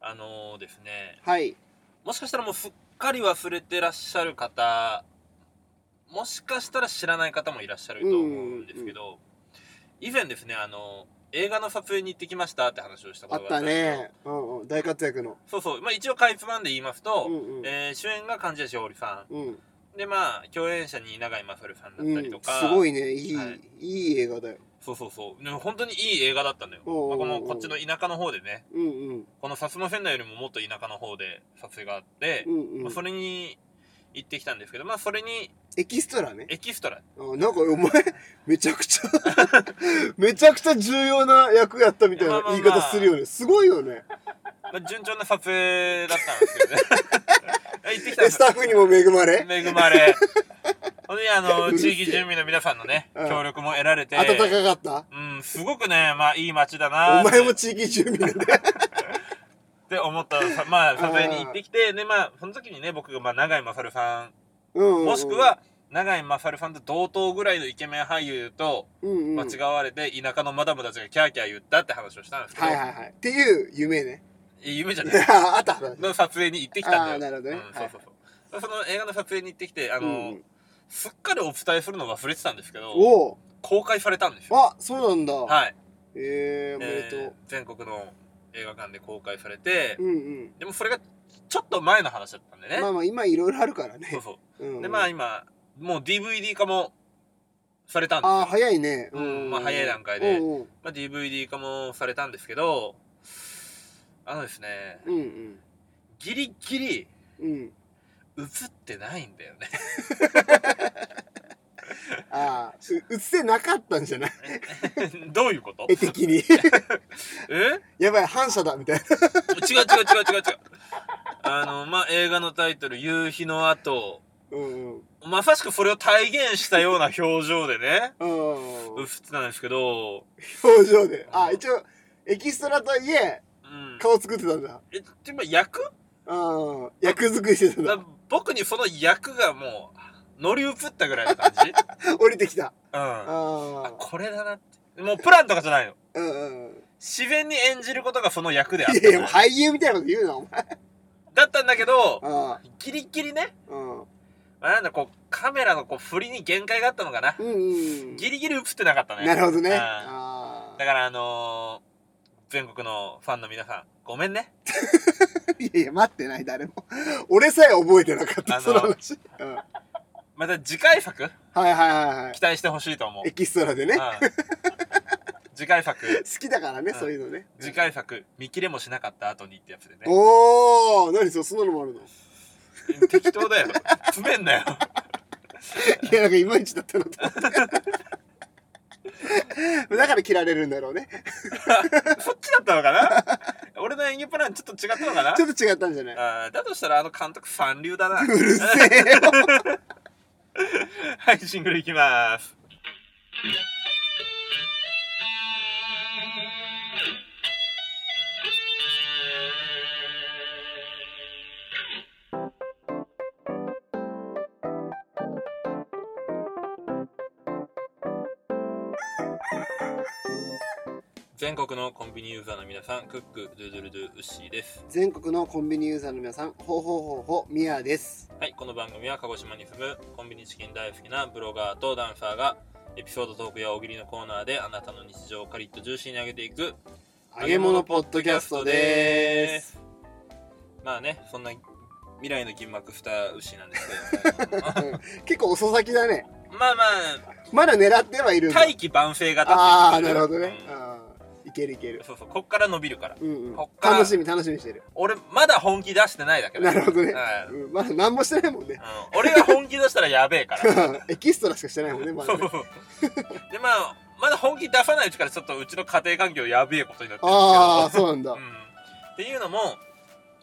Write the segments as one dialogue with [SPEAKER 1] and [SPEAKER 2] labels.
[SPEAKER 1] あのですね、
[SPEAKER 2] はい。
[SPEAKER 1] もしかしたらもうすっかり忘れてらっしゃる方、もしかしたら知らない方もいらっしゃると思うんですけど、以前ですね、あの、映画の撮影に行ってきましたって話をした
[SPEAKER 2] あ
[SPEAKER 1] こ
[SPEAKER 2] っ
[SPEAKER 1] とがあった
[SPEAKER 2] た
[SPEAKER 1] んですよ
[SPEAKER 2] ね。うんうん。大活躍の。
[SPEAKER 1] そうそう、まあ一応かいつまんで言いますと、
[SPEAKER 2] うんうん。
[SPEAKER 1] えー主演が貫地谷しほりさ
[SPEAKER 2] うん。
[SPEAKER 1] ん。で、まあ、共演者に永井雅るさんだった
[SPEAKER 2] う
[SPEAKER 1] り
[SPEAKER 2] ん
[SPEAKER 1] と。か、
[SPEAKER 2] すごいね。いい
[SPEAKER 1] はい、
[SPEAKER 2] いい映画だよ。
[SPEAKER 1] そうそうそう。でも本当にいい映画だったのよ。まあ
[SPEAKER 2] おうおうお
[SPEAKER 1] こ
[SPEAKER 2] う
[SPEAKER 1] のこっちの田舎の方でね、
[SPEAKER 2] うんうん。
[SPEAKER 1] この薩摩仙台よりももっと田舎の方で撮影があって、
[SPEAKER 2] うんう
[SPEAKER 1] ま
[SPEAKER 2] ん
[SPEAKER 1] あ、そ。れに行ってきたんですけど、まあ、それに
[SPEAKER 2] エキストラね。
[SPEAKER 1] エキストラ
[SPEAKER 2] あなんかお前、 めちゃく ちゃ、めちゃくちゃ重要な役やったみたいな言い方するよね。すごい よね。
[SPEAKER 1] まあ、順調な撮影だったんです けどね行ってきたん
[SPEAKER 2] え
[SPEAKER 1] です
[SPEAKER 2] スタッフにも恵まれ、
[SPEAKER 1] 恵まれ本当にあ
[SPEAKER 2] う
[SPEAKER 1] の
[SPEAKER 2] るせえ
[SPEAKER 1] 地域住民の皆さんのね
[SPEAKER 2] うん
[SPEAKER 1] 協力も得られて
[SPEAKER 2] 暖かかった。
[SPEAKER 1] うん、すごくね、まあ、いい街だな
[SPEAKER 2] お前も
[SPEAKER 1] っ
[SPEAKER 2] 地域住 民なんで。
[SPEAKER 1] て思った、まあ、撮影に行ってきて、で、まあ、その時にね、僕が、まあ、永井勝さん、も
[SPEAKER 2] も
[SPEAKER 1] しく、は、永井勝さんと同等ぐらいのイケメン俳優と
[SPEAKER 2] うん
[SPEAKER 1] 間
[SPEAKER 2] うん、
[SPEAKER 1] 違われて、田舎のマダムたちがキャーキャー言ったって話をしたんですけど、
[SPEAKER 2] はいはいはい。っていう夢ね。
[SPEAKER 1] いい夢じゃない
[SPEAKER 2] ああった。あ
[SPEAKER 1] の撮影に行ってきたんだ
[SPEAKER 2] あ
[SPEAKER 1] よ。
[SPEAKER 2] ーなるほどね
[SPEAKER 1] うん、そうそうそう。その映画の撮影に行ってきて、あの、
[SPEAKER 2] うんうん
[SPEAKER 1] すっかりお伝えするの忘れてたんですけど、
[SPEAKER 2] おお。
[SPEAKER 1] 公開されたんですよ。
[SPEAKER 2] あ、そうなんだ。
[SPEAKER 1] はい。
[SPEAKER 2] ええー、おめでとう。
[SPEAKER 1] えー全国の映画館で公開されて、
[SPEAKER 2] うん
[SPEAKER 1] でもそれがちょっと前の話だったんで
[SPEAKER 2] う
[SPEAKER 1] ね。
[SPEAKER 2] ん。まあまあ、今いろいろあるから
[SPEAKER 1] そう
[SPEAKER 2] ね。
[SPEAKER 1] そうう。
[SPEAKER 2] ん、
[SPEAKER 1] で、まあ、今、もう DVD 化もされたんですよ。
[SPEAKER 2] ああ、早いね。
[SPEAKER 1] うんまあ早い段階で
[SPEAKER 2] うんうん
[SPEAKER 1] まあ、DVD 化もされたんですけど、あのですね、
[SPEAKER 2] うんうん。
[SPEAKER 1] ギリギリ
[SPEAKER 2] うん。
[SPEAKER 1] 映ってないんだよね。
[SPEAKER 2] ああ、う映せなかったんじ ゃない
[SPEAKER 1] どういうこと
[SPEAKER 2] 絵的に。
[SPEAKER 1] え
[SPEAKER 2] やばい、反射だ、みたいな。
[SPEAKER 1] 違う違う違う違う違う。あの、まあ、映画のタイトル、夕日の後、
[SPEAKER 2] うんうん。
[SPEAKER 1] まさしくそれを体現したような表情でね、
[SPEAKER 2] う
[SPEAKER 1] 映っ
[SPEAKER 2] ん。
[SPEAKER 1] てたんですけど、
[SPEAKER 2] 表情で。ああ、一応、エキストラとはいえ、
[SPEAKER 1] うん。
[SPEAKER 2] 顔作ってたんだ。
[SPEAKER 1] え、でも役
[SPEAKER 2] うん。役作りしてたんだ。
[SPEAKER 1] だ僕にその役がもう、乗り移ったぐらいの感じ
[SPEAKER 2] 降りてきた。
[SPEAKER 1] うん。あ、
[SPEAKER 2] ああ。
[SPEAKER 1] これだなって。もうプランとかじゃないの。
[SPEAKER 2] うんうん。
[SPEAKER 1] 自然に演じることがその役であっ
[SPEAKER 2] い
[SPEAKER 1] た
[SPEAKER 2] やい
[SPEAKER 1] の
[SPEAKER 2] や、
[SPEAKER 1] よ。
[SPEAKER 2] 俳優みたいなこと言うな、お前。
[SPEAKER 1] だったんだけど、
[SPEAKER 2] あ
[SPEAKER 1] ギリギリね、
[SPEAKER 2] あ、うん。
[SPEAKER 1] まあ、なんだこう、カメラのこう振りに限界があったのかな。
[SPEAKER 2] うんうん。
[SPEAKER 1] ギリギリ映ってなかったね。
[SPEAKER 2] なるほどね。
[SPEAKER 1] うん
[SPEAKER 2] あ
[SPEAKER 1] だからあのー、全国のファンの皆さん、ごめんね。
[SPEAKER 2] あ。いやいや、待ってない、誰も。 俺さえ覚えてなかっ
[SPEAKER 1] あ
[SPEAKER 2] た、
[SPEAKER 1] の
[SPEAKER 2] その話。うん。はい
[SPEAKER 1] また次回作、
[SPEAKER 2] はいはいはい
[SPEAKER 1] 期。待してほしいと思う。
[SPEAKER 2] エキストラでね。
[SPEAKER 1] うん次回作
[SPEAKER 2] 好、きだからね、
[SPEAKER 1] うん
[SPEAKER 2] そういうのね。
[SPEAKER 1] 次回作、見切れもしなかった後にってやつでね。
[SPEAKER 2] おー、何それ、そんなのもあるのい
[SPEAKER 1] 適当だよ。詰めんなよ。
[SPEAKER 2] や、なんかいまいちだったなと思って。だから切られるんだろうね。
[SPEAKER 1] そっちだったのかな俺の演技プランちょっと違ったのかな
[SPEAKER 2] ちょっと違ったんじゃない
[SPEAKER 1] あーだとしたらあの監督三流だな。
[SPEAKER 2] うるせえよ。
[SPEAKER 1] はい、シングルいきます。全国のコンビニユーザーの皆さん、クック、ドゥドゥルドゥ、ウッシーです。
[SPEAKER 2] 全国のコンビニユーザーの皆さん、ほうほうほうほう、ミヤです。
[SPEAKER 1] はい、この番組は鹿児島に住むコンビニチキン大好きなブロガーとダンサーがエピソードトークや大喜利のコーナーであなたの日常をカリッとジューシーに上げていく
[SPEAKER 2] 揚げ物ポッドキャストでーす。
[SPEAKER 1] まあねそんな未来の銀幕蓋牛なんですけ どまあ
[SPEAKER 2] 結構遅咲きだね。
[SPEAKER 1] ま
[SPEAKER 2] まだ狙ってはいる
[SPEAKER 1] あ
[SPEAKER 2] んだ。
[SPEAKER 1] 大器晩成型
[SPEAKER 2] ああ、
[SPEAKER 1] って
[SPEAKER 2] な
[SPEAKER 1] いう
[SPEAKER 2] る
[SPEAKER 1] か
[SPEAKER 2] ほどね。
[SPEAKER 1] うん
[SPEAKER 2] あーいけるいける。
[SPEAKER 1] そうそうこっから伸びるから
[SPEAKER 2] うんうん
[SPEAKER 1] こっ。から
[SPEAKER 2] 楽しみ、楽しみにしてる。
[SPEAKER 1] 俺まだ本気出してないだけだ
[SPEAKER 2] なるほどね。
[SPEAKER 1] はい
[SPEAKER 2] うんまだ何もしてないもんね。
[SPEAKER 1] うん俺が本気出したらやべえから
[SPEAKER 2] エキストラしかしてないもん ね、ま
[SPEAKER 1] そう
[SPEAKER 2] だね。
[SPEAKER 1] でまあまだ本気出さないうちからちょっとうちの家庭環境やべえことになってるんですけど
[SPEAKER 2] ああ、そうなんだ
[SPEAKER 1] う。ん、っていうのも、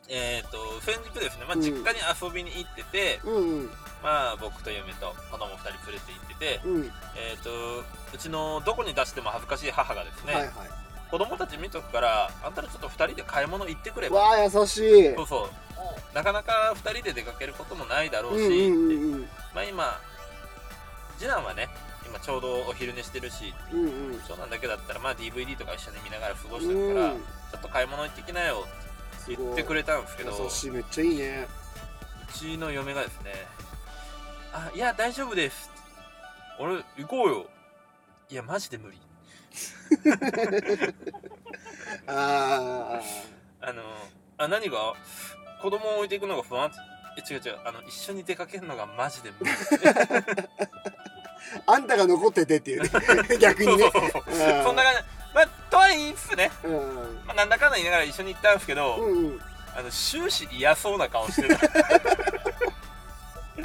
[SPEAKER 1] えっと先日ですね、まあ、
[SPEAKER 2] うん
[SPEAKER 1] 実家に遊びに行ってて、
[SPEAKER 2] うんうん。
[SPEAKER 1] まあ、僕と嫁と子供2人連れて行ってて、
[SPEAKER 2] うん。
[SPEAKER 1] えっとうちのどこに出しても恥ずかしい母がですね、
[SPEAKER 2] はいは
[SPEAKER 1] 子供たち見とくからあんたらちょっと2人で買い物行ってくれ
[SPEAKER 2] い。
[SPEAKER 1] ば
[SPEAKER 2] わあ、優しい。
[SPEAKER 1] そうそうなかなか2人で出かけることもないだろ
[SPEAKER 2] う
[SPEAKER 1] うんし、
[SPEAKER 2] うんうんうん。
[SPEAKER 1] まあ、今次男はね今ちょうどお昼寝してるし
[SPEAKER 2] うんうん。
[SPEAKER 1] 長男だけだったらまあ DVD とか一緒に見ながら過ごしてるから、
[SPEAKER 2] うん
[SPEAKER 1] ちょっと買い物行ってきなよ
[SPEAKER 2] すごい
[SPEAKER 1] 言ってくれたんですけど
[SPEAKER 2] 優しいめっちゃいいね
[SPEAKER 1] うちの嫁がですね「あいや大丈夫です」俺行こうよ」いやマジで無理
[SPEAKER 2] あ
[SPEAKER 1] あのあ何が子供を置いていくのが不安え違う違うあの一緒に出かけるのがマジで無理
[SPEAKER 2] ああんたが残っててっていうね 逆
[SPEAKER 1] そ
[SPEAKER 2] に
[SPEAKER 1] うそ
[SPEAKER 2] ね
[SPEAKER 1] うそう
[SPEAKER 2] うん
[SPEAKER 1] そんな感じまあとはいいっすね、
[SPEAKER 2] うん
[SPEAKER 1] まあ、なんだかんだ言いながら一緒に行ったんですけど、
[SPEAKER 2] うんうん
[SPEAKER 1] あの終始嫌そうな顔して た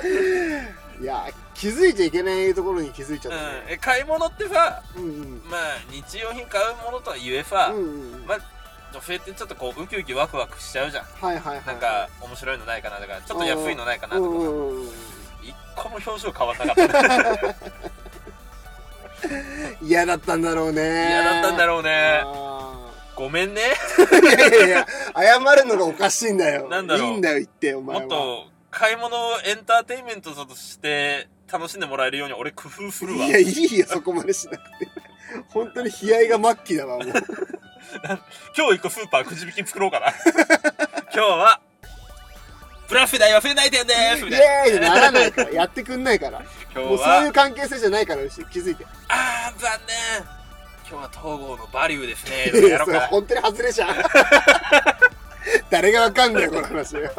[SPEAKER 2] いや気づいちゃいけないところに気づいちゃ
[SPEAKER 1] う
[SPEAKER 2] っ
[SPEAKER 1] ん
[SPEAKER 2] たね、
[SPEAKER 1] え買い物ってさ
[SPEAKER 2] うんうん
[SPEAKER 1] まあ日用品買うものとはいえさ、
[SPEAKER 2] うんうん
[SPEAKER 1] まあ女性ってちょっとこうウキウキワクワクしちゃうじゃん
[SPEAKER 2] はいはいはい
[SPEAKER 1] なんか面白いのないかなとかちょっと安いのないかな
[SPEAKER 2] うんう
[SPEAKER 1] とか
[SPEAKER 2] んうんうん
[SPEAKER 1] 一個も表情変わらなかった
[SPEAKER 2] 嫌だったんだろうね
[SPEAKER 1] 嫌だったんだ
[SPEAKER 2] ろ
[SPEAKER 1] ろう
[SPEAKER 2] う
[SPEAKER 1] ねごめんね
[SPEAKER 2] いやいやいや謝るのがおかしいんだよ
[SPEAKER 1] なんだろう
[SPEAKER 2] いいんだよ言ってお
[SPEAKER 1] も
[SPEAKER 2] 前
[SPEAKER 1] っ
[SPEAKER 2] は
[SPEAKER 1] と買い物をエンターテインメントとして楽しんでもらえるように俺工夫するわ
[SPEAKER 2] いやいいよそこまでしなくて本当に悲哀が末期 だわもう
[SPEAKER 1] 今日一個スーパーくじ引き作ろうかな 今日はブラッフ代忘れないでんでーすみ
[SPEAKER 2] イ
[SPEAKER 1] たいな
[SPEAKER 2] エーイってならないからやってくんないから
[SPEAKER 1] 今
[SPEAKER 2] もう
[SPEAKER 1] 日
[SPEAKER 2] そういう
[SPEAKER 1] は
[SPEAKER 2] 関係性じゃないからうち気づいて
[SPEAKER 1] あー残念今日は東郷のバリューですね
[SPEAKER 2] い
[SPEAKER 1] や
[SPEAKER 2] や
[SPEAKER 1] ろ
[SPEAKER 2] そうれ
[SPEAKER 1] か
[SPEAKER 2] 本当に外れ じゃん誰がわかんないこの話よ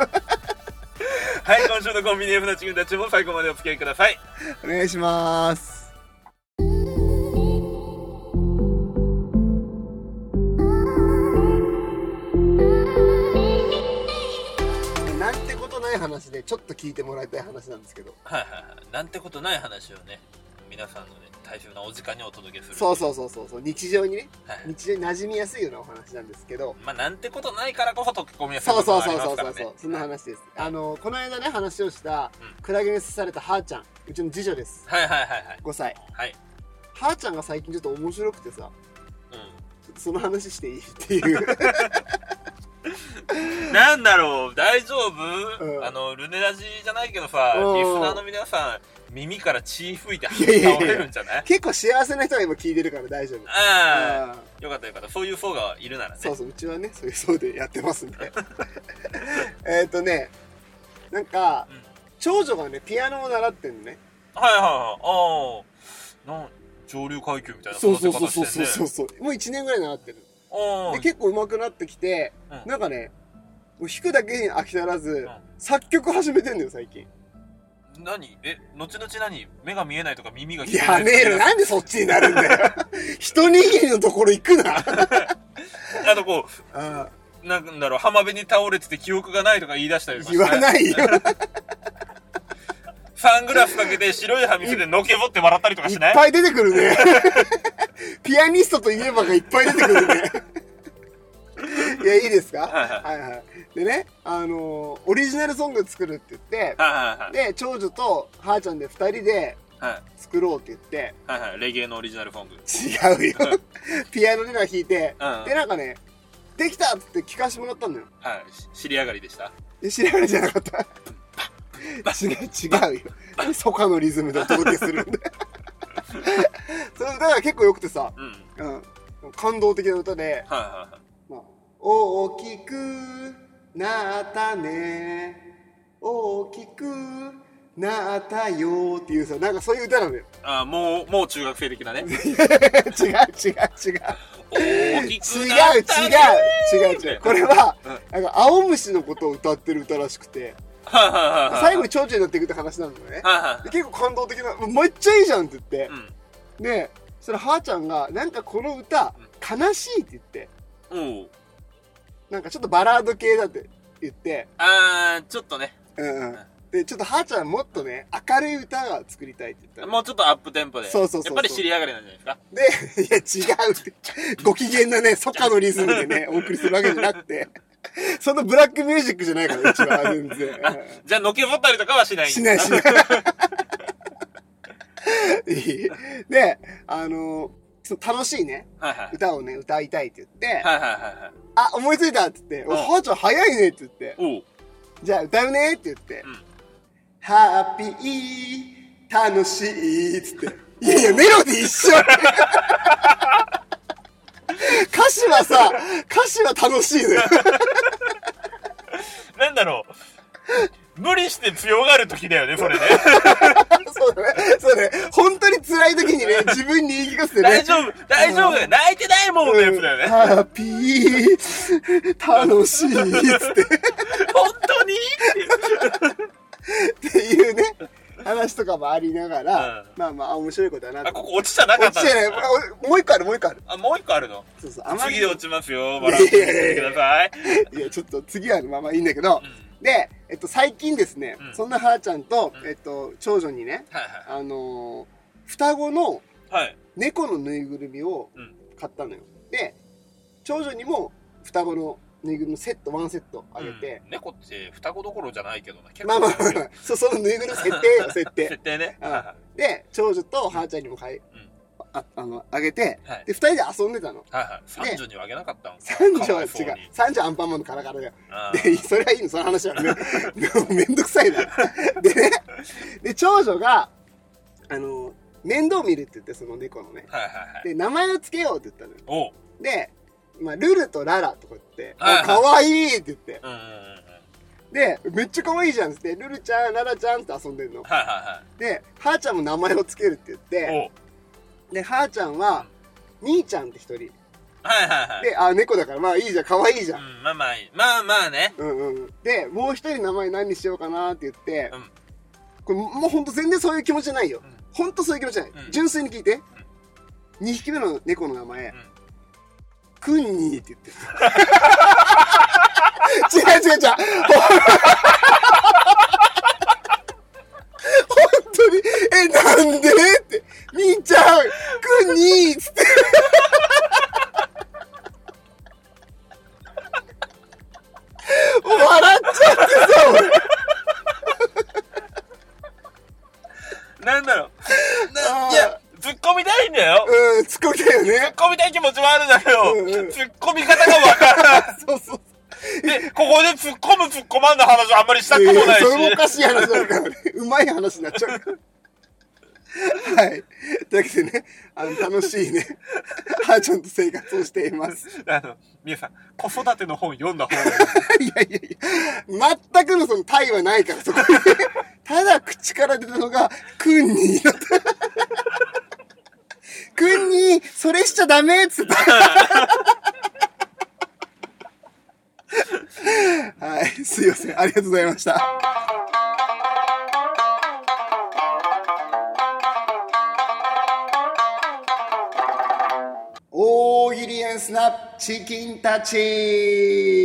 [SPEAKER 1] はい今週のコンビニエフなチキンたちも最後までお付き合いください
[SPEAKER 2] お願いしますなんてことない話でちょっと聞いてもらいたい話なんですけど
[SPEAKER 1] はいはいはいなんてことない話をね皆さんのね大切なお時間にお届けする
[SPEAKER 2] そうそうそうそうそう日常にね
[SPEAKER 1] はい、
[SPEAKER 2] 日常に馴染みやすいようなお話なんですけど
[SPEAKER 1] まあなんてことないからこそ溶け込みやすい
[SPEAKER 2] そ
[SPEAKER 1] こ
[SPEAKER 2] う
[SPEAKER 1] と
[SPEAKER 2] そう
[SPEAKER 1] があ
[SPEAKER 2] そ
[SPEAKER 1] りま
[SPEAKER 2] うそ
[SPEAKER 1] すから
[SPEAKER 2] うそう
[SPEAKER 1] ね
[SPEAKER 2] そうそんな話ですあのこの間ね話をした
[SPEAKER 1] うん
[SPEAKER 2] クラゲに刺されたはーちゃんうちの次女です
[SPEAKER 1] はいはいはいはい
[SPEAKER 2] 5歳
[SPEAKER 1] はい
[SPEAKER 2] はーちゃんが最近ちょっと面白くてさ
[SPEAKER 1] う
[SPEAKER 2] ちょっとその話していいっていう
[SPEAKER 1] ん、なんだろう大丈夫、
[SPEAKER 2] うん
[SPEAKER 1] あのルネラジじゃないけどさリス
[SPEAKER 2] うん
[SPEAKER 1] ナーの皆さん耳から血吹いて倒
[SPEAKER 2] いやいやいや
[SPEAKER 1] れるんじゃない
[SPEAKER 2] 結構幸せな人が今聞いてるから大丈夫
[SPEAKER 1] あ
[SPEAKER 2] うん
[SPEAKER 1] あよかったよかったそういう層がいるならね
[SPEAKER 2] そうそううちはねそういうそうでやってますんで えっとねなんか、
[SPEAKER 1] うん
[SPEAKER 2] 長女がねピアノを習ってるのね
[SPEAKER 1] はいはいはいああなん上流階級みたいな
[SPEAKER 2] そう
[SPEAKER 1] 育て
[SPEAKER 2] そうそう
[SPEAKER 1] 方
[SPEAKER 2] そう
[SPEAKER 1] して
[SPEAKER 2] そ
[SPEAKER 1] ん
[SPEAKER 2] う
[SPEAKER 1] ね
[SPEAKER 2] そうそうもう1年ぐらい習ってる
[SPEAKER 1] あ
[SPEAKER 2] で
[SPEAKER 1] あ
[SPEAKER 2] 結構上手くなってきて、
[SPEAKER 1] うん
[SPEAKER 2] なんかねもう弾くだけに飽き足らず、
[SPEAKER 1] ん
[SPEAKER 2] 作曲始めてんだよ最近
[SPEAKER 1] 何え後々何目が見えないとか耳が聞こえな
[SPEAKER 2] や
[SPEAKER 1] い
[SPEAKER 2] めろなんでそっちになるんだ よ一握りのところ行くな
[SPEAKER 1] あとこ
[SPEAKER 2] あ
[SPEAKER 1] うなんだろう浜辺に倒れてて記憶がないとか言い出したりとか
[SPEAKER 2] 言わ
[SPEAKER 1] い
[SPEAKER 2] ないよ
[SPEAKER 1] サングラスかけて白い歯見せてのけぼって笑ったりとか
[SPEAKER 2] いっ
[SPEAKER 1] しない
[SPEAKER 2] ぱい出てくるね。 ピアニストといえばがいっぱい出てく るね。いや、いいですか
[SPEAKER 1] はいは
[SPEAKER 2] はいはい。でね、あのーオリジナルソング作るって言って、
[SPEAKER 1] はいはいはい
[SPEAKER 2] で、長女とはーちゃんで二人で
[SPEAKER 1] はい
[SPEAKER 2] 作ろうって言って、
[SPEAKER 1] はいはい、レゲエのオリジナルソング。
[SPEAKER 2] 違うよ。ピアノでなんか弾いて、
[SPEAKER 1] うん
[SPEAKER 2] で、なんかね、できたって言って聞かせてもらったんだよ。
[SPEAKER 1] はい、し尻上がりでした。
[SPEAKER 2] え、知られじゃなかった。 違う、違うよ。何ソカのリズムだと思ってするん だよ。それだから結構良くてさ、
[SPEAKER 1] うん。はい
[SPEAKER 2] うん、感動的な歌で、
[SPEAKER 1] はいはい。
[SPEAKER 2] まあ大きくなったね大きくなったよっていうさなんかそういう歌なのよ
[SPEAKER 1] あーもう、もう中学生的なね。
[SPEAKER 2] 違う違う違う
[SPEAKER 1] 大
[SPEAKER 2] 違う
[SPEAKER 1] き
[SPEAKER 2] 違
[SPEAKER 1] くなったね
[SPEAKER 2] う違う違うこれはなんか青虫のことを歌ってる歌らしくて
[SPEAKER 1] はいはいはい。
[SPEAKER 2] 最後に蝶々になっていくって話なんだよね
[SPEAKER 1] はいはい
[SPEAKER 2] で結構感動的なめっちゃいいじゃんって言って
[SPEAKER 1] はい。
[SPEAKER 2] でそれはーちゃんがなんかこの歌悲しいって言って
[SPEAKER 1] うん。おう
[SPEAKER 2] なんかちょっとバラード系だって言って、
[SPEAKER 1] あー、ちょっとね、
[SPEAKER 2] うんうん。で、ちょっとはーちゃんもっとね、明るい歌が作りたいって言ったの
[SPEAKER 1] もうちょっとアップテンポで。
[SPEAKER 2] そうそうそう
[SPEAKER 1] や
[SPEAKER 2] そう
[SPEAKER 1] っぱり尻上がりなんじゃないですか。
[SPEAKER 2] で、 いや違うって、ご機嫌なね、ソカのリズム でね、お送りするわけじゃなくて、そのブラックミュージックじゃないから、うちは全然。うん
[SPEAKER 1] じゃあ、のけぼったりとかはしない。
[SPEAKER 2] しない いしない。いいで、あの、その楽しいね、
[SPEAKER 1] はいはい。
[SPEAKER 2] 歌をね、歌いたいって言って、
[SPEAKER 1] はいはいはいはい。
[SPEAKER 2] あ、思いついたって言って、お、
[SPEAKER 1] うん
[SPEAKER 2] はーちゃん早いねって言って、
[SPEAKER 1] おう。
[SPEAKER 2] じゃあ歌うねって言って、
[SPEAKER 1] うん
[SPEAKER 2] ハッピー、楽しいっつって。いやいや、メロディー一緒歌詞はさ、歌詞は楽しいのよ。
[SPEAKER 1] だろう無理して強がる時だよねそれ ね
[SPEAKER 2] そうだね。そうだね。本当に辛い時にね、 自分に言い聞かせてね。
[SPEAKER 1] 大丈夫大丈夫だよ泣いてないもんのやつだよね、
[SPEAKER 2] ハッピー、楽しい、つって。
[SPEAKER 1] 本当にっていう
[SPEAKER 2] っていうね話とかもありながら、
[SPEAKER 1] うん
[SPEAKER 2] まあまああ面白いことだな
[SPEAKER 1] あ
[SPEAKER 2] と
[SPEAKER 1] ここ落ちちゃなかっ
[SPEAKER 2] 落
[SPEAKER 1] た
[SPEAKER 2] ち
[SPEAKER 1] ん
[SPEAKER 2] て
[SPEAKER 1] だ
[SPEAKER 2] ないおもう一個あるもう一個ある
[SPEAKER 1] あもう一個あるの
[SPEAKER 2] そうそうあまり
[SPEAKER 1] 次で落ちますよバランスしてください
[SPEAKER 2] いやちょっと次はまあまあいいんだけど、
[SPEAKER 1] う
[SPEAKER 2] で、えっと、最近ですね、
[SPEAKER 1] うん
[SPEAKER 2] そんなはーちゃんと、
[SPEAKER 1] うん
[SPEAKER 2] えっと、長女にね
[SPEAKER 1] はい
[SPEAKER 2] あのー双子の
[SPEAKER 1] はいはい
[SPEAKER 2] 猫のぬいぐるみを
[SPEAKER 1] うん
[SPEAKER 2] 買ったのよで長女にも双子のぬいぐるみのセットワンセットあげて、
[SPEAKER 1] うん猫って双子どころじゃないけどな結
[SPEAKER 2] まあまあ
[SPEAKER 1] あ
[SPEAKER 2] まあ
[SPEAKER 1] るよ
[SPEAKER 2] まあそうそのぬいぐるみ設定 よ設定
[SPEAKER 1] 設定ね
[SPEAKER 2] うん
[SPEAKER 1] は
[SPEAKER 2] で長女とはーちゃんにも買い、ああのあげて
[SPEAKER 1] いはい
[SPEAKER 2] で2人で遊んでたの
[SPEAKER 1] はいはい三女にはあげなかったのか
[SPEAKER 2] 三女は違う
[SPEAKER 1] かわいそうに
[SPEAKER 2] 三女アンパンマンのカラカラだよ
[SPEAKER 1] あ
[SPEAKER 2] でそれはいいのその話はねめんどくさいなでねで長女があの面倒見るって言ってその猫のね
[SPEAKER 1] ーはいはいはい
[SPEAKER 2] で名前をつけようって言ったのよ
[SPEAKER 1] おう
[SPEAKER 2] で、まあ、ルルとララとか言って「
[SPEAKER 1] はいはい
[SPEAKER 2] あかわいい!」って言って
[SPEAKER 1] うんうんうんうん
[SPEAKER 2] で「めっちゃかわいいじゃん」っつって「ルルちゃんララちゃん」って遊んでるの
[SPEAKER 1] はいは
[SPEAKER 2] ではーちゃんも名前をつけるって言っ
[SPEAKER 1] いはい
[SPEAKER 2] て
[SPEAKER 1] おう
[SPEAKER 2] ではーちゃんは兄ちゃんって一人
[SPEAKER 1] はいはいはい
[SPEAKER 2] であ猫だからまあいいじゃんかわいいじゃん
[SPEAKER 1] うんまあまあいいまあまあね
[SPEAKER 2] うんうん、でもう一人名前何にしようかなって言って、
[SPEAKER 1] うん
[SPEAKER 2] これもうほんと全然そういう気持ちじゃないよ、
[SPEAKER 1] うん
[SPEAKER 2] ほんとそういう気持ちじゃない、
[SPEAKER 1] うん
[SPEAKER 2] 純粋に聞いて、二2匹目の猫の名前、
[SPEAKER 1] ん
[SPEAKER 2] クンニーって言ってる違う違う違うほん本当にえなんでってみーちゃんクンニーっつって笑っちゃってさ俺
[SPEAKER 1] なんだろう
[SPEAKER 2] あ
[SPEAKER 1] な
[SPEAKER 2] ー
[SPEAKER 1] いや突っ込みたいんだよ
[SPEAKER 2] うん、突っ込みたいよね。
[SPEAKER 1] 突っ込みたい気持ちはあるんだけ
[SPEAKER 2] うんうん
[SPEAKER 1] ど突っ込み方がわからん
[SPEAKER 2] そうそう。
[SPEAKER 1] でここで突っ込む突っ込まんの話はあんまりしたく
[SPEAKER 2] いや
[SPEAKER 1] も
[SPEAKER 2] いや
[SPEAKER 1] ないし
[SPEAKER 2] それもおかしい話になるからね。うまい話になっちゃうから。はい。というわけでね、あの、楽しいね、はーちゃんと生活をしています。
[SPEAKER 1] あの、皆さん、子育ての本読んだ方がいい。
[SPEAKER 2] いやいやいや、全くのその体はないから、そこに、ね。ただ口から出たのが、くんにだった。くんに、それしちゃダメっつった。はい、すいません。ありがとうございました。大喜利エンスナップチキンたち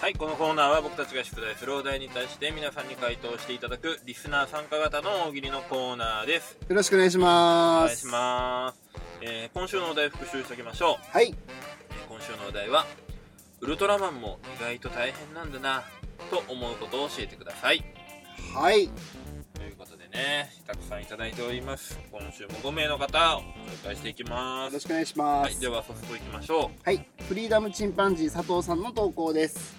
[SPEAKER 1] はい、このコーナーは僕たちが出題するお題に対して皆さんに回答していただくリスナー参加型の大喜利のコーナーです。
[SPEAKER 2] よろしくお願いし
[SPEAKER 1] お
[SPEAKER 2] ま
[SPEAKER 1] 願いし
[SPEAKER 2] す。
[SPEAKER 1] ます。えー、今週のお題復習しておきましょう。
[SPEAKER 2] はい。
[SPEAKER 1] えー今週のお題は、ウルトラマンも意外と大変なんだな、と思うことを教えてください。
[SPEAKER 2] はい。
[SPEAKER 1] ということでね、たくさんいただいております。今週も5名の方、紹介していきま
[SPEAKER 2] よろ
[SPEAKER 1] す。
[SPEAKER 2] しくお願いしま
[SPEAKER 1] はい、
[SPEAKER 2] す
[SPEAKER 1] で。は早速いきましょう。
[SPEAKER 2] はい。フリーダムチンパンジー佐藤さんの投稿です。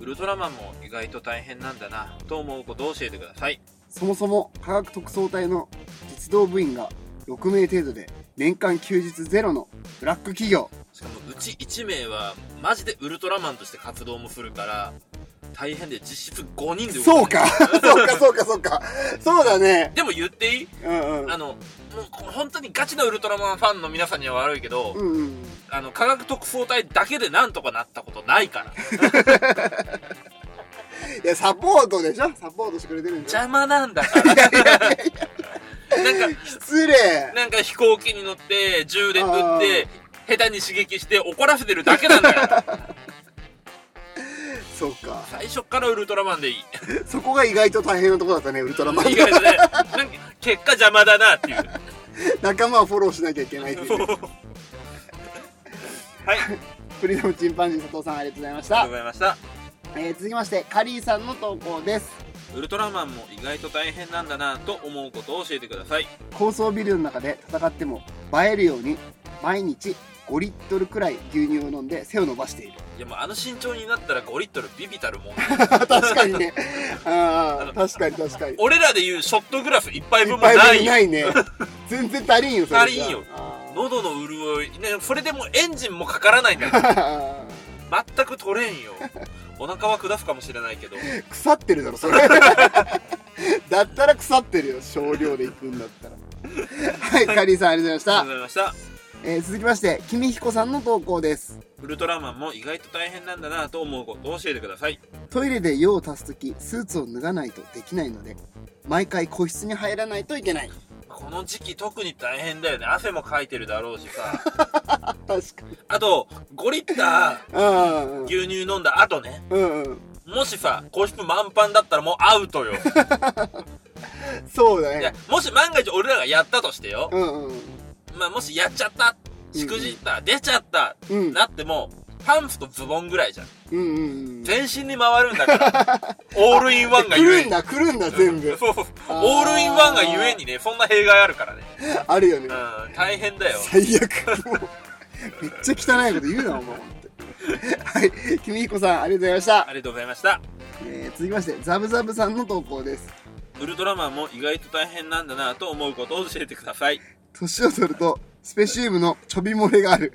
[SPEAKER 1] ウルトラマンも意外と大変なんだなと思うことを教えてください
[SPEAKER 2] そもそも科学特捜隊の実動部員が6名程度で年間休日ゼロのブラック企業。
[SPEAKER 1] しかもうち1名はマジでウルトラマンとして活動もするから大変で実質5人で動
[SPEAKER 2] そう
[SPEAKER 1] てる
[SPEAKER 2] か。そうか、そうか、そうか。そうだね。
[SPEAKER 1] でも言っていい
[SPEAKER 2] うんうん。
[SPEAKER 1] あのもう本当にガチなウルトラマンファンの皆さんには悪いけど、
[SPEAKER 2] うんうん。
[SPEAKER 1] あの科学特捜隊だけでなんとかなったことないから
[SPEAKER 2] いや、サポートでしょサポートしてくれてるんじゃ
[SPEAKER 1] 邪魔なんだからなんか
[SPEAKER 2] 失礼。
[SPEAKER 1] なんか飛行機に乗って銃で撃
[SPEAKER 2] あ
[SPEAKER 1] って下手に刺激して怒らせてるだけなんだ よ
[SPEAKER 2] そうか。
[SPEAKER 1] 最初っからウルトラマンでいい
[SPEAKER 2] そこが意外と大変なとこだったね、ウルトラマン
[SPEAKER 1] 意。外とねなんか結果邪魔だなっていう
[SPEAKER 2] 仲間をフォローしなきゃいけないっていうね。
[SPEAKER 1] はいあり
[SPEAKER 2] フリーダムチンパンジー佐藤さんありがとうございまし
[SPEAKER 1] がとう
[SPEAKER 2] た
[SPEAKER 1] ご。ざいました
[SPEAKER 2] えー続きまして、カリーさんの投稿です。
[SPEAKER 1] ウルトラマンも意外と大変なんだなと思うことを教えてください
[SPEAKER 2] 高層ビルの中で戦っても映えるように毎日5リットルくらい牛乳を飲んで背を伸ばしている
[SPEAKER 1] いやもうあの身長になったら5リットルビビたるもん
[SPEAKER 2] 確かにねああ確かに確かに
[SPEAKER 1] 俺らで言うショットグラフ1杯
[SPEAKER 2] い
[SPEAKER 1] 分
[SPEAKER 2] っ
[SPEAKER 1] も
[SPEAKER 2] ぱい
[SPEAKER 1] ない
[SPEAKER 2] 分
[SPEAKER 1] よ
[SPEAKER 2] ないね全然足りんよそれじゃ
[SPEAKER 1] 足りんよ
[SPEAKER 2] あー
[SPEAKER 1] 喉の潤い、ね、それでもうエンジンもかからないんだよ全く取れんよお腹は下すかもしれないけど
[SPEAKER 2] 腐ってるだろそれ だったら腐ってるよ少量で行くんだったらはいカリーさんありがとうござ
[SPEAKER 1] ありがとう
[SPEAKER 2] いまし
[SPEAKER 1] ございました
[SPEAKER 2] た、えー続きまして君彦さんの投稿です
[SPEAKER 1] ウルトラマンも意外と大変なんだなと思うことを教えてください
[SPEAKER 2] トイレで用を足す時スーツを脱がないとできないので毎回個室に入らないといけない
[SPEAKER 1] この時期特に大変だよね汗もかいてるだろうしさ
[SPEAKER 2] 確かに
[SPEAKER 1] あと5リッタ
[SPEAKER 2] う
[SPEAKER 1] ー
[SPEAKER 2] ん
[SPEAKER 1] 牛乳飲んだ後ね
[SPEAKER 2] うんうん
[SPEAKER 1] もしさ個室満帆だったらもうアウトよ
[SPEAKER 2] そうだ
[SPEAKER 1] い
[SPEAKER 2] ね
[SPEAKER 1] やもし万が一俺らがやったとしてよ、
[SPEAKER 2] うんうん
[SPEAKER 1] まあ、もしやっちゃったしくじった、出ちゃった、
[SPEAKER 2] うん
[SPEAKER 1] なってもパンツとズボンぐらいじゃん
[SPEAKER 2] うんうんうん
[SPEAKER 1] 全身に回るんだから オールインワンがゆ
[SPEAKER 2] 来
[SPEAKER 1] え
[SPEAKER 2] るん
[SPEAKER 1] に
[SPEAKER 2] だ来るんだ全
[SPEAKER 1] う
[SPEAKER 2] 部
[SPEAKER 1] んそうそう
[SPEAKER 2] あー
[SPEAKER 1] オールインワンがゆえにねそんな弊害あるからね
[SPEAKER 2] あるよね
[SPEAKER 1] うん大変だよ
[SPEAKER 2] 最悪もうめっちゃ汚いこと言うなお前ほんとはい君彦さんありがとうございま
[SPEAKER 1] ありがとうございました
[SPEAKER 2] した、えー続きましてザブザブさんの投稿です
[SPEAKER 1] ウルトラマンも意外と大変なんだなと思うことを教えてください
[SPEAKER 2] 年を取るとスペシウムのちょび漏れがある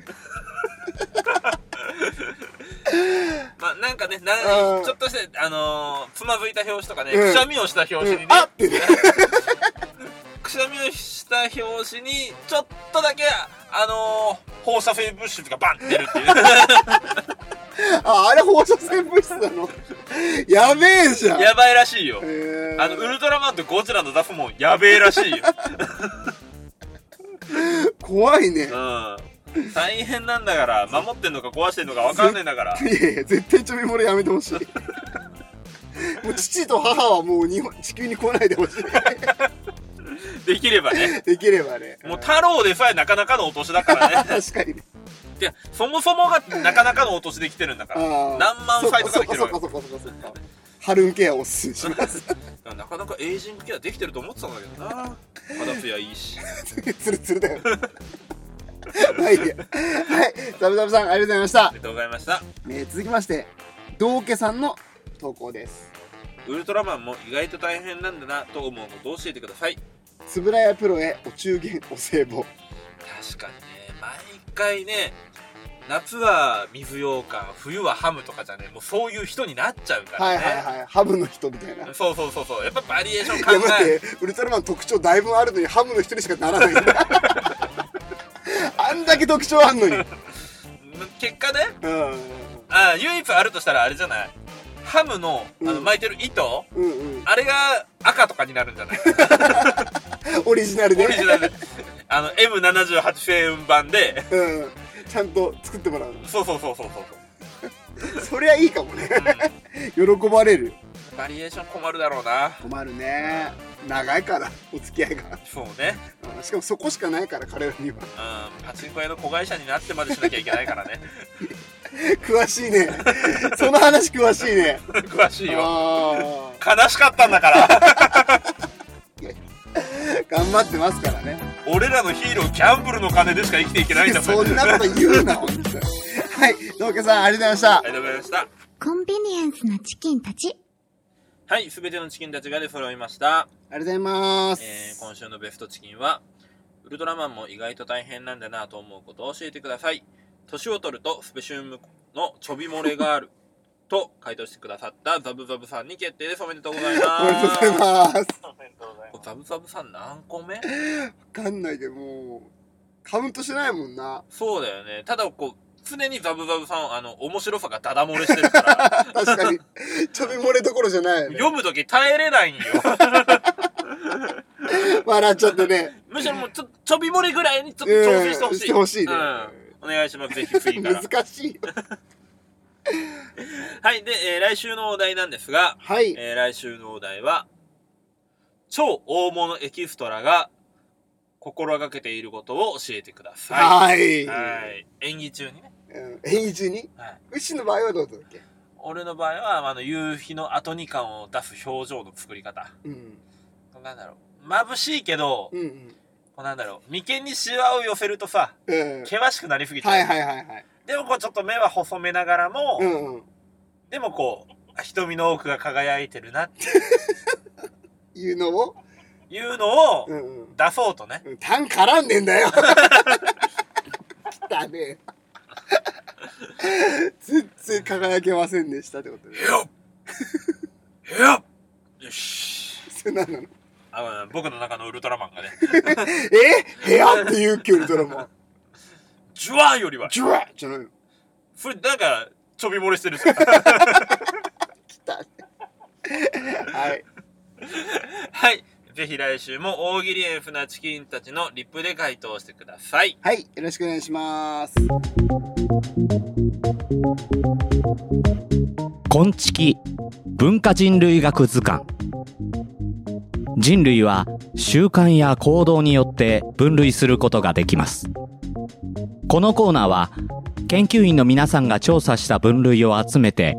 [SPEAKER 1] まあなんかね
[SPEAKER 2] う
[SPEAKER 1] なんちょっとしてあのーつまずいた表紙とかね、
[SPEAKER 2] うん
[SPEAKER 1] くしゃみをした表紙にね、
[SPEAKER 2] うんあってね
[SPEAKER 1] くしゃみをした表紙にちょっとだけあのー放射性物質がバンって出る っていう
[SPEAKER 2] ああれ放射線物質なの やべえじゃん
[SPEAKER 1] やばいらしいよ
[SPEAKER 2] えー
[SPEAKER 1] あのウルトラマンとゴジラのダフもやべえらしいよ、
[SPEAKER 2] 怖いね
[SPEAKER 1] うん、大変なんだから守ってんのか壊してんのか分かんないんだから
[SPEAKER 2] いやいや絶対ちょび漏れやめてほしい もう父と母はもう日本地球に来ないでほしい
[SPEAKER 1] できればね
[SPEAKER 2] できればね
[SPEAKER 1] もう太郎でさえなかなかのお年だからね
[SPEAKER 2] 確かにね
[SPEAKER 1] いやそもそもがなかなかのお年できてるんだから
[SPEAKER 2] あー
[SPEAKER 1] 何万歳とかできる
[SPEAKER 2] そ
[SPEAKER 1] わ
[SPEAKER 2] っ
[SPEAKER 1] よ
[SPEAKER 2] かそっかそっかそっかそっかハルンケアおすすめします
[SPEAKER 1] なかなかエイジングケアできてると思ってたんだけどな肌ツヤいいし
[SPEAKER 2] ツルツルだよ はいいいやはいザブザブさんありがとうございました
[SPEAKER 1] あり、がとうございました
[SPEAKER 2] えー続きまして道家さんの投稿です
[SPEAKER 1] ウルトラマンも意外と大変なんだなと思うことを教えてください
[SPEAKER 2] 円谷プロへお中元お歳暮
[SPEAKER 1] 確かにね毎回ね夏は水羊羹冬はハムとかじゃねもうそういう人になっちゃうから
[SPEAKER 2] はい
[SPEAKER 1] ね、
[SPEAKER 2] はいはいハムの人みたいな
[SPEAKER 1] そうそうそうそうやっぱバリエーション
[SPEAKER 2] いや
[SPEAKER 1] 考
[SPEAKER 2] 待
[SPEAKER 1] え
[SPEAKER 2] ってウルトラマン特徴だいぶあるのにハムの人にしかならないん だあんだけ特徴あんのにうん
[SPEAKER 1] 結果ねあ唯一あるとしたらあれじゃないハムのあの
[SPEAKER 2] うん
[SPEAKER 1] 巻いてる糸、
[SPEAKER 2] うんうん
[SPEAKER 1] あれが赤とかになるんじゃ ない
[SPEAKER 2] オリジナルで
[SPEAKER 1] オリジナルであの M78 星雲版で
[SPEAKER 2] うんちゃんと作ってもらう
[SPEAKER 1] そうそうそうそうそう
[SPEAKER 2] のそりゃいいかもね
[SPEAKER 1] う
[SPEAKER 2] 喜ばれる
[SPEAKER 1] んバリエーション困るだろうな
[SPEAKER 2] 困るね長いからお付き合いが
[SPEAKER 1] そうね、
[SPEAKER 2] うんしかもそこしかないから彼らには
[SPEAKER 1] うん、パチンコ屋の子会社になってまでしなきゃいけないからね
[SPEAKER 2] 詳しいねその話詳しいね
[SPEAKER 1] 詳しいよ
[SPEAKER 2] あー
[SPEAKER 1] 悲しかったんだから
[SPEAKER 2] 頑張ってますからね
[SPEAKER 1] 俺らのヒーローギャンブルの金でしか生きていけないんだ
[SPEAKER 2] そんなこと言うな本当にはい農家さんありがとうござ
[SPEAKER 1] あ
[SPEAKER 2] いま
[SPEAKER 1] りがとうございました
[SPEAKER 3] コンビニエンスなチキンたち。
[SPEAKER 1] はい全てのチキンたちが出揃いました、
[SPEAKER 2] したありがとうございます、
[SPEAKER 1] えー今週のベストチキンはウルトラマンも意外と大変なんだなと思うことを教えてください年を取るとスペシウムのちょび漏れがあると回答してくださったザブザブさんに決定ですおめでとうございます
[SPEAKER 2] おめでとうございます
[SPEAKER 1] ザブザブさん何個目
[SPEAKER 2] わかんないけどもうカウントしてないもんな
[SPEAKER 1] そうだよね。ただ、こう、常にザブザブさん、あの、面白さがダダ漏れしてる から、
[SPEAKER 2] 確 かにちょび漏れどころじゃないよね
[SPEAKER 1] 読むとき耐えれないんよ。
[SPEAKER 2] 笑っちゃってね
[SPEAKER 1] むしろもうちょ、ちょび漏れぐらいにちょっと
[SPEAKER 2] うん
[SPEAKER 1] 挑戦してほしい。
[SPEAKER 2] してほしいね
[SPEAKER 1] うん。お願いします。ぜひ次 から。
[SPEAKER 2] 難しいよ
[SPEAKER 1] はい。で、えー来週のお題なんですが、
[SPEAKER 2] はい
[SPEAKER 1] えー来週のお題は、超大物エキストラが心がけていることを教えてくださ
[SPEAKER 2] はい
[SPEAKER 1] い。はい。演技中にね。
[SPEAKER 2] うん演技中に
[SPEAKER 1] はい。
[SPEAKER 2] うちの場合はどうだっけ
[SPEAKER 1] 俺の場合は、あの、夕日の後に感を出す表情の作り方。
[SPEAKER 2] うん
[SPEAKER 1] なんだろう。眩しいけど、
[SPEAKER 2] うんうん
[SPEAKER 1] うなんだろう眉間にシワを寄せるとさ
[SPEAKER 2] うん
[SPEAKER 1] 険しくなりすぎちゃう、
[SPEAKER 2] はいはいはいはい
[SPEAKER 1] でもこうちょっと目は細めながらも、
[SPEAKER 2] うんうん
[SPEAKER 1] でもこう瞳の奥が輝いてるなって
[SPEAKER 2] いうのを
[SPEAKER 1] いうのを
[SPEAKER 2] うんうん
[SPEAKER 1] 出そうとね、
[SPEAKER 2] うんタン絡んでんだよ汚ねえ全然輝けませんでしたってことで
[SPEAKER 1] よっよっよし
[SPEAKER 2] それ何なの
[SPEAKER 1] あの僕の中のウルトラマンがね
[SPEAKER 2] え部屋っていうキュルトラも
[SPEAKER 1] ジュワーよりは
[SPEAKER 2] ジュワッじゃないの
[SPEAKER 1] それなんかちょび漏れ してるじゃん
[SPEAKER 2] 汚ねえはい
[SPEAKER 1] はいぜひ来週も大喜利エフなチキンたちのリップで回答してください
[SPEAKER 2] はいよろしくお願いします
[SPEAKER 4] 昆虫文化人類学図鑑人類は習慣や行動によって分類することができますこのコーナーは研究員の皆さんが調査した分類を集めて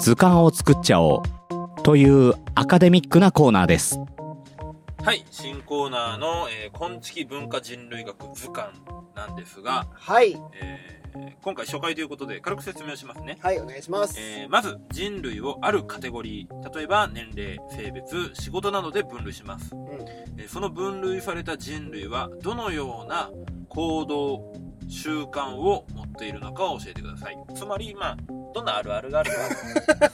[SPEAKER 4] 図鑑を作っちゃおうというアカデミックなコーナーです
[SPEAKER 1] はい新コーナーの「えー、昆虫文化人類学図鑑」なんですが、
[SPEAKER 2] はい
[SPEAKER 1] えー今回初回ということで軽く説明をしますね
[SPEAKER 2] はいお願いします
[SPEAKER 1] えーまず人類をあるカテゴリー例えば年齢性別仕事などで分類します、
[SPEAKER 2] ん
[SPEAKER 1] えーその分類された人類はどのような行動習慣を持っているのかを教えてくださいつまりまあどんなあるあるがあるか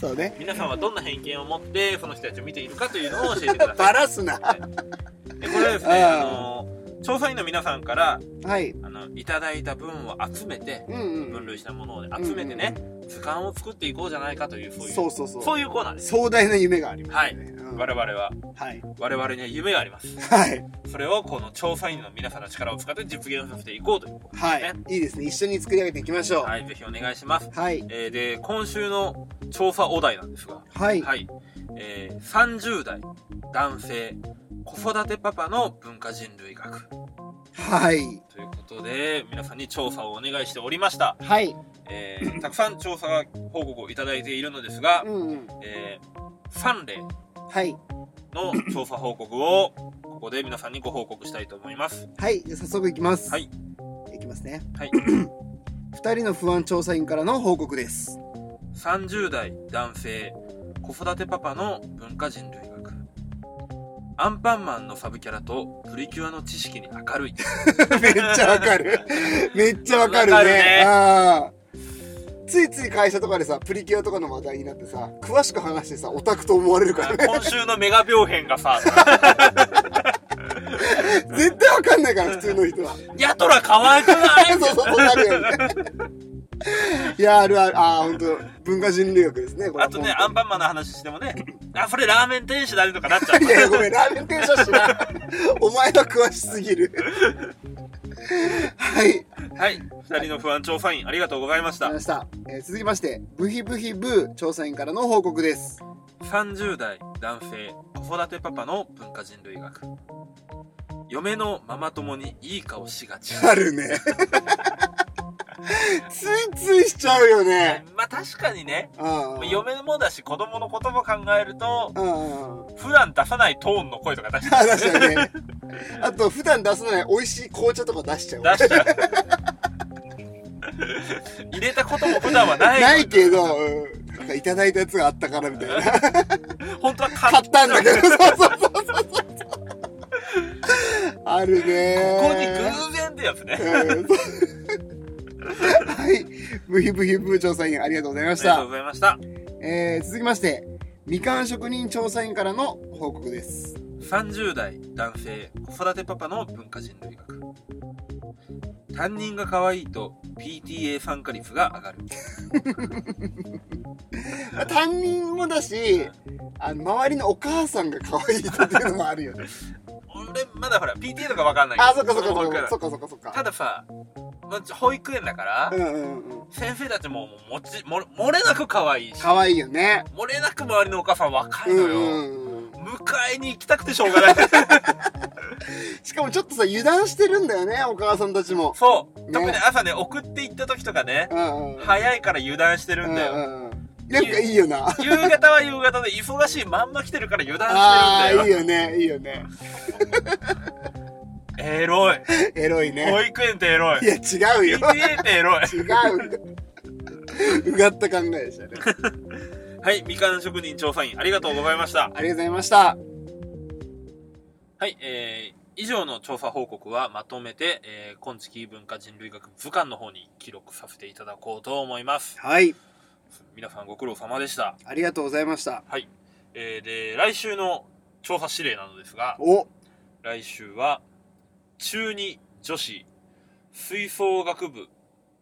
[SPEAKER 2] そうね
[SPEAKER 1] 皆さんはどんな偏見を持ってその人たちを見ているかというのを教えてくださ
[SPEAKER 2] バ
[SPEAKER 1] い
[SPEAKER 2] ラすな
[SPEAKER 1] でこれはですね
[SPEAKER 2] あ
[SPEAKER 1] あ
[SPEAKER 2] ー
[SPEAKER 1] の調査員の皆さんから
[SPEAKER 2] はい
[SPEAKER 1] あのいただいた分を集めて
[SPEAKER 2] うんうん
[SPEAKER 1] 分類したものをね、集めてね、図鑑を作っていこうじゃないかというそういう
[SPEAKER 2] そうそうそう
[SPEAKER 1] そういうコーナーです
[SPEAKER 2] 壮大な夢がありますねうん
[SPEAKER 1] 我々は
[SPEAKER 2] はい
[SPEAKER 1] 我々には夢があります
[SPEAKER 2] はい
[SPEAKER 1] それをこの調査員の皆さんの力を使って実現させていこうということですね
[SPEAKER 2] はいいいですね一緒に作り上げていきましょう
[SPEAKER 1] はい、ぜひお願いします、
[SPEAKER 2] はい
[SPEAKER 1] えーで今週の調査お題なんですが
[SPEAKER 2] はい
[SPEAKER 1] はい、えー30代男性子育てパパの文化人類学
[SPEAKER 2] はい
[SPEAKER 1] ということで皆さんに調査をお願いしておりました、
[SPEAKER 2] はい
[SPEAKER 1] え ーたくさん調査報告をいただいているのですが、
[SPEAKER 2] うんうん
[SPEAKER 1] えー3例
[SPEAKER 2] はい
[SPEAKER 1] の調査報告をここで皆さんにご報告したいと思います
[SPEAKER 2] はいじゃあ早速いきます
[SPEAKER 1] はい
[SPEAKER 2] いきますね
[SPEAKER 1] はい
[SPEAKER 2] 二人の不安調査員からの報告です
[SPEAKER 1] 30代男性子育てパパの文化人類学アンパンマンのサブキャラとプリキュアの知識に明るい
[SPEAKER 2] めっちゃわか るめっちゃわかるね
[SPEAKER 1] わかるね
[SPEAKER 2] あーついつい会社とかでさプリキュアとかの話題になってさ詳しく話してさオタクと思われるからね
[SPEAKER 1] 今週のメガ病変が さ
[SPEAKER 2] 絶対わかんないから普通の人は
[SPEAKER 1] ヤトラ可愛く ない
[SPEAKER 2] そうそうそうなるよねいやあるあるあー本当文化人類学ですねこれ
[SPEAKER 1] あ
[SPEAKER 2] は
[SPEAKER 1] とね
[SPEAKER 2] 本当
[SPEAKER 1] ア
[SPEAKER 2] に
[SPEAKER 1] ンパンマンの話してもね あそれラーメン天使だねとかなっちゃう
[SPEAKER 2] いやごめんラーメン定食しなお前は詳しすぎるはい
[SPEAKER 1] はい2人の不安調査員ありがとうございまし
[SPEAKER 2] わか
[SPEAKER 1] た
[SPEAKER 2] りました、えー続きましてブヒブヒブー調査員からの報告です
[SPEAKER 1] 30代男性子育てパパの文化人類学嫁のママ友にいい顔しが ち
[SPEAKER 2] あるね ついついしちゃうよね
[SPEAKER 1] まあ確かにね
[SPEAKER 2] ああ
[SPEAKER 1] 嫁もだし子供のことも考えると
[SPEAKER 2] ああ
[SPEAKER 1] 普段出さないトーンの声とか出しちゃう
[SPEAKER 2] あ確かにねあと普段出さない美味しい紅茶とか出しちゃう
[SPEAKER 1] 出しちゃう 入れたことも普段はない
[SPEAKER 2] ないけど、うん、なんかいただいたやつがあったからみたいな
[SPEAKER 1] 本当は買
[SPEAKER 2] 買ったんだ
[SPEAKER 1] こ
[SPEAKER 2] けどそうそうそうそうそうあるね
[SPEAKER 1] こに偶然ってやつね
[SPEAKER 2] うんそうはいブヒブヒブー調査員ありがとうございま
[SPEAKER 1] あ
[SPEAKER 2] し
[SPEAKER 1] りがと
[SPEAKER 2] た
[SPEAKER 1] うございました
[SPEAKER 2] えー続きましてみかん職人調査員からの報告です
[SPEAKER 1] 30代男性子育てパパの文化人類学担任が可愛いと PTA 参加率が上がる
[SPEAKER 2] 担任もだしあの周りのお母さんが可愛い人っていうのもある よね
[SPEAKER 1] 俺まだほら PTA とかわかんない
[SPEAKER 2] あそっかそっ
[SPEAKER 1] 俺もわ
[SPEAKER 2] か
[SPEAKER 1] んない
[SPEAKER 2] そっかそっかそっか
[SPEAKER 1] た
[SPEAKER 2] そっか
[SPEAKER 1] ださまあ保育園だから、
[SPEAKER 2] うんうんうん
[SPEAKER 1] 先生たちももちも漏れなく可愛いし
[SPEAKER 2] 可愛いよね
[SPEAKER 1] 漏れなく周りのお母さん若
[SPEAKER 2] う
[SPEAKER 1] いの
[SPEAKER 2] ん
[SPEAKER 1] よ、
[SPEAKER 2] うんうん
[SPEAKER 1] 迎えに行きたくてしょう がない
[SPEAKER 2] しかもちょっとさ油断してるんだよねお母さんたちも
[SPEAKER 1] そう、
[SPEAKER 2] ね
[SPEAKER 1] 特に朝ね送って行った時とかね
[SPEAKER 2] う、んうん
[SPEAKER 1] 早いから油断してるんだよ、
[SPEAKER 2] うんうんなんかいいよな。
[SPEAKER 1] 夕方は夕方で忙しいまんま来てるから油断
[SPEAKER 2] あ
[SPEAKER 1] して
[SPEAKER 2] あ、
[SPEAKER 1] るん
[SPEAKER 2] い
[SPEAKER 1] だよ。
[SPEAKER 2] いよね、いいよね。
[SPEAKER 1] エロい。
[SPEAKER 2] エロい
[SPEAKER 1] 保
[SPEAKER 2] ね。
[SPEAKER 1] 育園ってエロい
[SPEAKER 2] い。や、違うよ。
[SPEAKER 1] PTA ってエロい。
[SPEAKER 2] 違う。うがった考えでしたね。
[SPEAKER 1] はい、みかん職人調査員ありがとうございました。
[SPEAKER 2] ありがとうございました。
[SPEAKER 1] はい、えー、以上の調査報告はまとめて、えー、今月文化人類学図鑑の方に記録させていただこうと思います。
[SPEAKER 2] はい、
[SPEAKER 1] 皆さんご苦労様でした。
[SPEAKER 2] ありがとうございました。
[SPEAKER 1] はい。えー、で、来週の調査指令なのですが、
[SPEAKER 2] お、
[SPEAKER 1] 来週は、中二女子吹奏楽部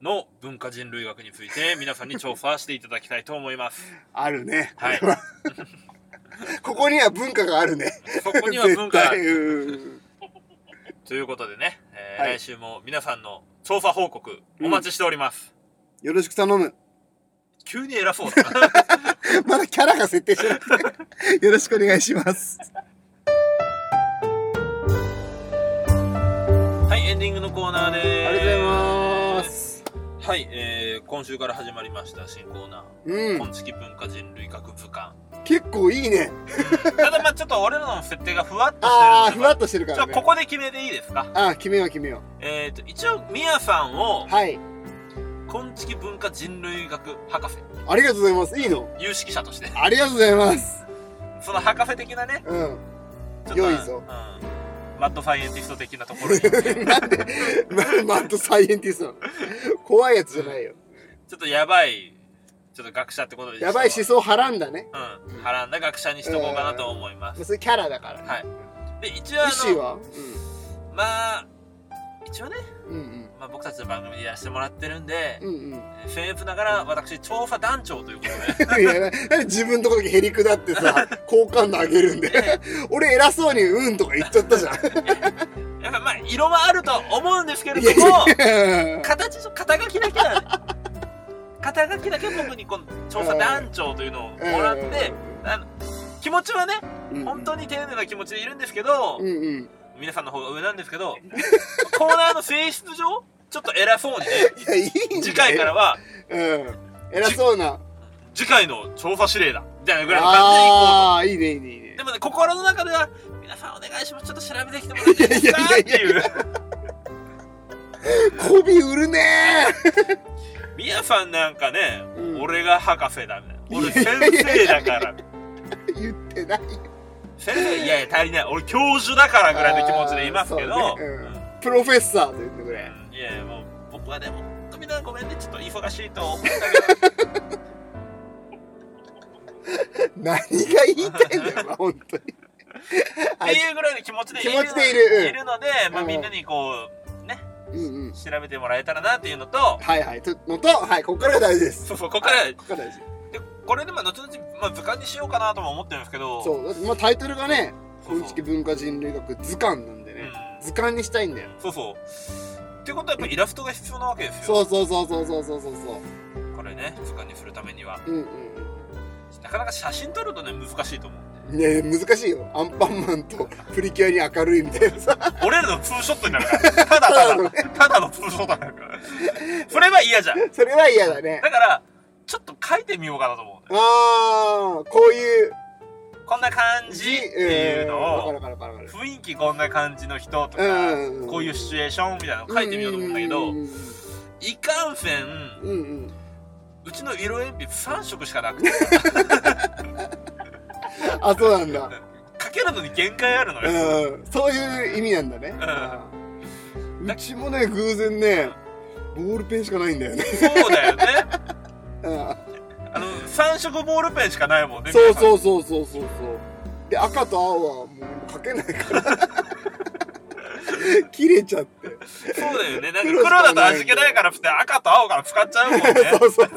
[SPEAKER 1] の文化人類学について皆さんに調査していただきたいと思います。
[SPEAKER 2] あるね。
[SPEAKER 1] はい
[SPEAKER 2] これはここには文化があるね。
[SPEAKER 1] そこには文化
[SPEAKER 2] 絶対うん
[SPEAKER 1] ということでね、えー
[SPEAKER 2] はい
[SPEAKER 1] 来週も皆さんの調査報告お待ちしております。
[SPEAKER 2] よろしく頼む。
[SPEAKER 1] 急に偉そうだ な。
[SPEAKER 2] まだキャラが設定してなくて。よろしくお願いします。
[SPEAKER 1] はい、エンディングのコーナーで
[SPEAKER 2] あ
[SPEAKER 1] す。
[SPEAKER 2] りがとうございます。
[SPEAKER 1] す。はい、えー、今週から始まりました新コーナ
[SPEAKER 2] う
[SPEAKER 1] ー、
[SPEAKER 2] ん、
[SPEAKER 1] 今月文化人類学図鑑。
[SPEAKER 2] 結構いいね。
[SPEAKER 1] ただまあちょっと俺らの設定がふわっと
[SPEAKER 2] あ
[SPEAKER 1] し
[SPEAKER 2] あ、
[SPEAKER 1] てる
[SPEAKER 2] ふ
[SPEAKER 1] ので
[SPEAKER 2] わっとしてるか
[SPEAKER 1] ちょ
[SPEAKER 2] ら
[SPEAKER 1] っと
[SPEAKER 2] ね。
[SPEAKER 1] ここで決めていいですか
[SPEAKER 2] ああ、決めよう決めよ
[SPEAKER 1] えー、と、一応、みやさんを
[SPEAKER 2] う。、はい。
[SPEAKER 1] 今月文化人類学博士、
[SPEAKER 2] ありがとうございます。いいの。
[SPEAKER 1] 有識者として、
[SPEAKER 2] ありがとうございます。
[SPEAKER 1] その博士的なね、
[SPEAKER 2] うん。
[SPEAKER 1] ちょっと
[SPEAKER 2] 良いぞ
[SPEAKER 1] うん、マッドサイエンティスト的なとこ ろに、ちょ
[SPEAKER 2] なんで、まマッドサイエンティストなの怖いやつじゃないよ。
[SPEAKER 1] っとやばい、ちょっと学者ってことで
[SPEAKER 2] やばい思想はらんだね。
[SPEAKER 1] うん、はらんだ学者にしとこうかなと思います。
[SPEAKER 2] それキャラだから。
[SPEAKER 1] はい。で、一応
[SPEAKER 2] 意
[SPEAKER 1] あ
[SPEAKER 2] 思
[SPEAKER 1] の、
[SPEAKER 2] は
[SPEAKER 1] まあ、一応ね、
[SPEAKER 2] うん。うん
[SPEAKER 1] まあ、僕たちの番組でやらせてもらってるんで
[SPEAKER 2] う、ん。うん
[SPEAKER 1] えー僭越ながら私、調査団長ということで、
[SPEAKER 2] うん。い や、なんで自分のとこだけへりくだってさ、好感度上げるんで。俺偉そうにうんとか言っち ゃったじゃん。
[SPEAKER 1] やっぱまあ、色はあると思うんですけれ
[SPEAKER 2] いや
[SPEAKER 1] ど
[SPEAKER 2] い
[SPEAKER 1] も、
[SPEAKER 2] やいや
[SPEAKER 1] 形と肩書きだけなんで肩書きだけ僕にこの調査団長というのをもらって、あの気持ちはね
[SPEAKER 2] うん
[SPEAKER 1] 本当に丁寧な気持ちでいるんですけど、
[SPEAKER 2] うんうん。
[SPEAKER 1] 皆さんの方が上なんですけどコーナーの性質上ちょっと偉そうにね
[SPEAKER 2] いや、い いんだよ。
[SPEAKER 1] 次回から。は
[SPEAKER 2] うん。偉そうな。
[SPEAKER 1] 次回の調査指令だみたいなぐらいの感じでいこ
[SPEAKER 2] ああ、いいね、いいね、いいね
[SPEAKER 1] うとで。もね心の中では皆さんお願いしますちょっと調べてきてもらっていいですかって
[SPEAKER 2] いやいやいやい
[SPEAKER 1] いう
[SPEAKER 2] 媚び売るね
[SPEAKER 1] みやさんなんかね、
[SPEAKER 2] うん
[SPEAKER 1] 俺が博士だみたいな俺先生だから
[SPEAKER 2] ー 言ってない。
[SPEAKER 1] 先生いやいや足りない俺教授だからぐらいの気持ちでいますけど、
[SPEAKER 2] あーそうねうんプロフェッサーと言ってくれ。
[SPEAKER 1] うんいやいやもう僕はでも本当みんなごめんねちょっと忙しいと思った
[SPEAKER 2] 何が言いたいんだよ、まあ本当に。 は
[SPEAKER 1] けど
[SPEAKER 2] い
[SPEAKER 1] っていうぐらいの気持ちでいる
[SPEAKER 2] 気持ちでいるうん
[SPEAKER 1] いるので、まあ、
[SPEAKER 2] うん
[SPEAKER 1] みんなにこうね
[SPEAKER 2] うんうん。
[SPEAKER 1] 調べてもらえたらなっていうのと
[SPEAKER 2] はいはい。とのと、はい、ここからが大事です。
[SPEAKER 1] そうそうここから、
[SPEAKER 2] はいここから大事。
[SPEAKER 1] でこれでも後々、まあ、図鑑にしようかなとも思ってるんですけど
[SPEAKER 2] そう。だってまあタイトルがね、
[SPEAKER 1] そう
[SPEAKER 2] 今
[SPEAKER 1] そう
[SPEAKER 2] 月文化人類学図鑑なんでね、
[SPEAKER 1] うん
[SPEAKER 2] 図鑑にしたいんだよ。
[SPEAKER 1] そうそうってことはやっぱりイラストが必要なわけです
[SPEAKER 2] そ
[SPEAKER 1] よ
[SPEAKER 2] うそうそうそうそうそうそうそ
[SPEAKER 1] これね図鑑にするためには
[SPEAKER 2] う。うん
[SPEAKER 1] なかなか写真撮るとね難しいと思うんで
[SPEAKER 2] うん。ね難しいよ。アンパンマンとプリキュアに明るいみたいなさ。
[SPEAKER 1] 俺らのツーショットになるからただた だただのツーショットになるからそれは嫌じゃん
[SPEAKER 2] それは嫌だね。
[SPEAKER 1] だから、ちょっと書いてみようかなと思うんだよ。
[SPEAKER 2] あー、こういう
[SPEAKER 1] こんな感じっていうの
[SPEAKER 2] うん
[SPEAKER 1] を、
[SPEAKER 2] わかるわかるわかるわか
[SPEAKER 1] 雰囲気こんな感じの人とか
[SPEAKER 2] うんうんうん、
[SPEAKER 1] こういうシチュエーションみたいなの
[SPEAKER 2] る。
[SPEAKER 1] 書いてみようと思うんだけ
[SPEAKER 2] う
[SPEAKER 1] ど
[SPEAKER 2] ん、
[SPEAKER 1] いかんせん、
[SPEAKER 2] うんうん。
[SPEAKER 1] うちの色鉛筆3色しかなくて、
[SPEAKER 2] あ、そうなんだ。
[SPEAKER 1] 書けるのに限界あるのよ。
[SPEAKER 2] うんそういう意味なんだね。うちもね、偶然ね、ボールペンしかないんだよね。
[SPEAKER 1] そうだよね。
[SPEAKER 2] うん
[SPEAKER 1] あの、3色ボールペンしかないもんね。
[SPEAKER 2] そう
[SPEAKER 1] う。
[SPEAKER 2] そうそうそうそうそう。で、赤と青はもう書けないから。 切れちゃって。
[SPEAKER 1] そうだよね。なんか黒だと味気ないからって赤と青から使っちゃうもんね。
[SPEAKER 2] そうそうそう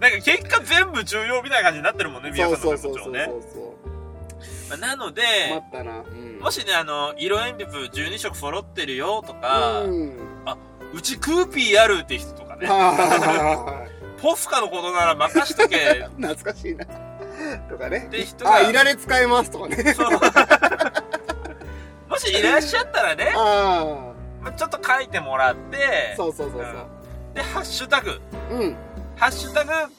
[SPEAKER 1] なんか結果全部重要みたいな感じになってるもんね、宮
[SPEAKER 2] そう
[SPEAKER 1] さん
[SPEAKER 2] そ
[SPEAKER 1] の
[SPEAKER 2] う
[SPEAKER 1] 手持ち
[SPEAKER 2] そうそ
[SPEAKER 1] を
[SPEAKER 2] う
[SPEAKER 1] ね。
[SPEAKER 2] そう。
[SPEAKER 1] まあなので、
[SPEAKER 2] 困ったな。うん
[SPEAKER 1] もしね、あの、色鉛筆12色揃ってるよとか、う
[SPEAKER 2] うん
[SPEAKER 1] ちクーピーあるって人とかね、
[SPEAKER 2] は
[SPEAKER 1] ポスカのことなら任しと け
[SPEAKER 2] い。懐かしいな。とかね。
[SPEAKER 1] って人が、
[SPEAKER 2] あ、いられ使えますとかね。
[SPEAKER 1] そうもしいらっしゃったらね、
[SPEAKER 2] あ
[SPEAKER 1] まあちょっと書いてもらって
[SPEAKER 2] あ。、そうそうそう
[SPEAKER 1] で、ハッシュタグ、
[SPEAKER 2] そう。うん。
[SPEAKER 1] ハッシュタグ、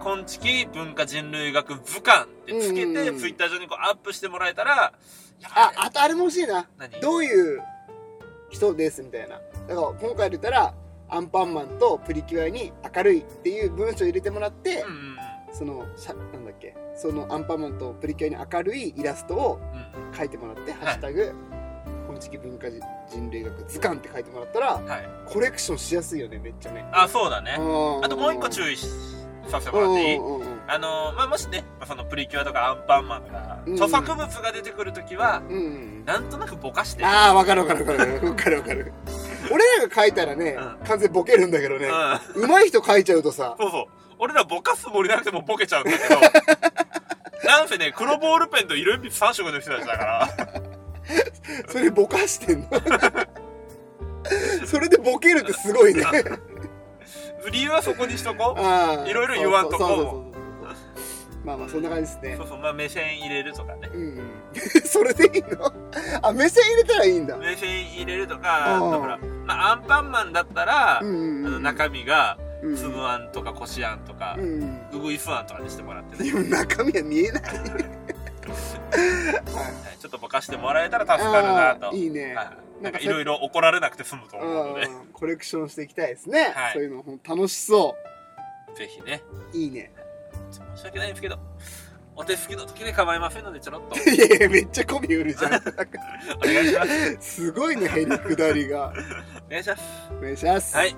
[SPEAKER 1] こんちき文化人類学図鑑ってつけ
[SPEAKER 2] うんうん
[SPEAKER 1] て、
[SPEAKER 2] うん
[SPEAKER 1] ツイッター上にこうアップしてもらえたら、やばい
[SPEAKER 2] ああとあれも欲しいな
[SPEAKER 1] 何
[SPEAKER 2] どういう人ですみたいなだから今回で言ったらアンパンマンとプリキュアに明るいっていう文章を入れてもらって、
[SPEAKER 1] うんうん
[SPEAKER 2] そのしゃなんだっけそのアンパンマンとプリキュアに明るいイラストを
[SPEAKER 1] うん
[SPEAKER 2] 書いてもらって「ハッシュタグ本式文化人類学図鑑」って書いてもらったら
[SPEAKER 1] うん。はい。
[SPEAKER 2] コレクションしやすいよねめっちゃね
[SPEAKER 1] あ、そうだね。あ
[SPEAKER 2] あ
[SPEAKER 1] ともう一個
[SPEAKER 2] 意
[SPEAKER 1] 注意しさせてもらっていい
[SPEAKER 2] うん
[SPEAKER 1] あのまあ、もしね、まあ、そのプリキュアとかアンパンマンが
[SPEAKER 2] うん
[SPEAKER 1] 著作物が出てくるときは、
[SPEAKER 2] うんうん
[SPEAKER 1] なんとなくぼかして、
[SPEAKER 2] ああ分かる分かる分かる分かる分かる俺らが書いたらね、
[SPEAKER 1] う
[SPEAKER 2] 完全にボケるんだけど
[SPEAKER 1] う
[SPEAKER 2] ね
[SPEAKER 1] ん、
[SPEAKER 2] 上手い人書いちゃうとさ
[SPEAKER 1] そうそう俺らぼかすつもりなくてもボケちゃうんだけど なんせね黒ボールペンと色鉛筆3色の人たちだから
[SPEAKER 2] それぼかしてんの それでボケるって すごいね
[SPEAKER 1] 理由はそこにしとこ
[SPEAKER 2] あー
[SPEAKER 1] いろいろ言わんとこ
[SPEAKER 2] そうそうそうそうまあまあそんな感じです
[SPEAKER 1] う
[SPEAKER 2] ね
[SPEAKER 1] そうそうまあ目線入れるとかね
[SPEAKER 2] うんうん それでいいのあ目線入れたらいいんだ
[SPEAKER 1] 目線入れるとか
[SPEAKER 2] うん
[SPEAKER 1] だから、まあ、アンパンマンだったら、
[SPEAKER 2] うんうん
[SPEAKER 1] あ
[SPEAKER 2] うん
[SPEAKER 1] の中身が
[SPEAKER 2] うん
[SPEAKER 1] つぶあんとかこしあんとか
[SPEAKER 2] う、んうん
[SPEAKER 1] うぐいすあんとかにしてもらってね、
[SPEAKER 2] でも中身は見えないはい
[SPEAKER 1] はいちょっとぼかしてもらえたら助かるな
[SPEAKER 2] あ
[SPEAKER 1] と
[SPEAKER 2] ーいい
[SPEAKER 1] は
[SPEAKER 2] ね
[SPEAKER 1] い、
[SPEAKER 2] な
[SPEAKER 1] なんん
[SPEAKER 2] か
[SPEAKER 1] か
[SPEAKER 2] せ
[SPEAKER 1] いろいろ怒られなくて済むと思うので
[SPEAKER 2] うんコレクションしていきたいですね、
[SPEAKER 1] はい
[SPEAKER 2] そういうのほんと楽しそ
[SPEAKER 1] ぜひね
[SPEAKER 2] ういいね
[SPEAKER 1] ちょっと申し訳ないんですけどお手すきの時で構いませんのでちょろっと
[SPEAKER 2] いやいやめっちゃコビ売る じゃ
[SPEAKER 1] お
[SPEAKER 2] ん
[SPEAKER 1] 願いし ます
[SPEAKER 2] すごいねへりくだりが
[SPEAKER 1] お願いします
[SPEAKER 2] お願いします
[SPEAKER 1] はい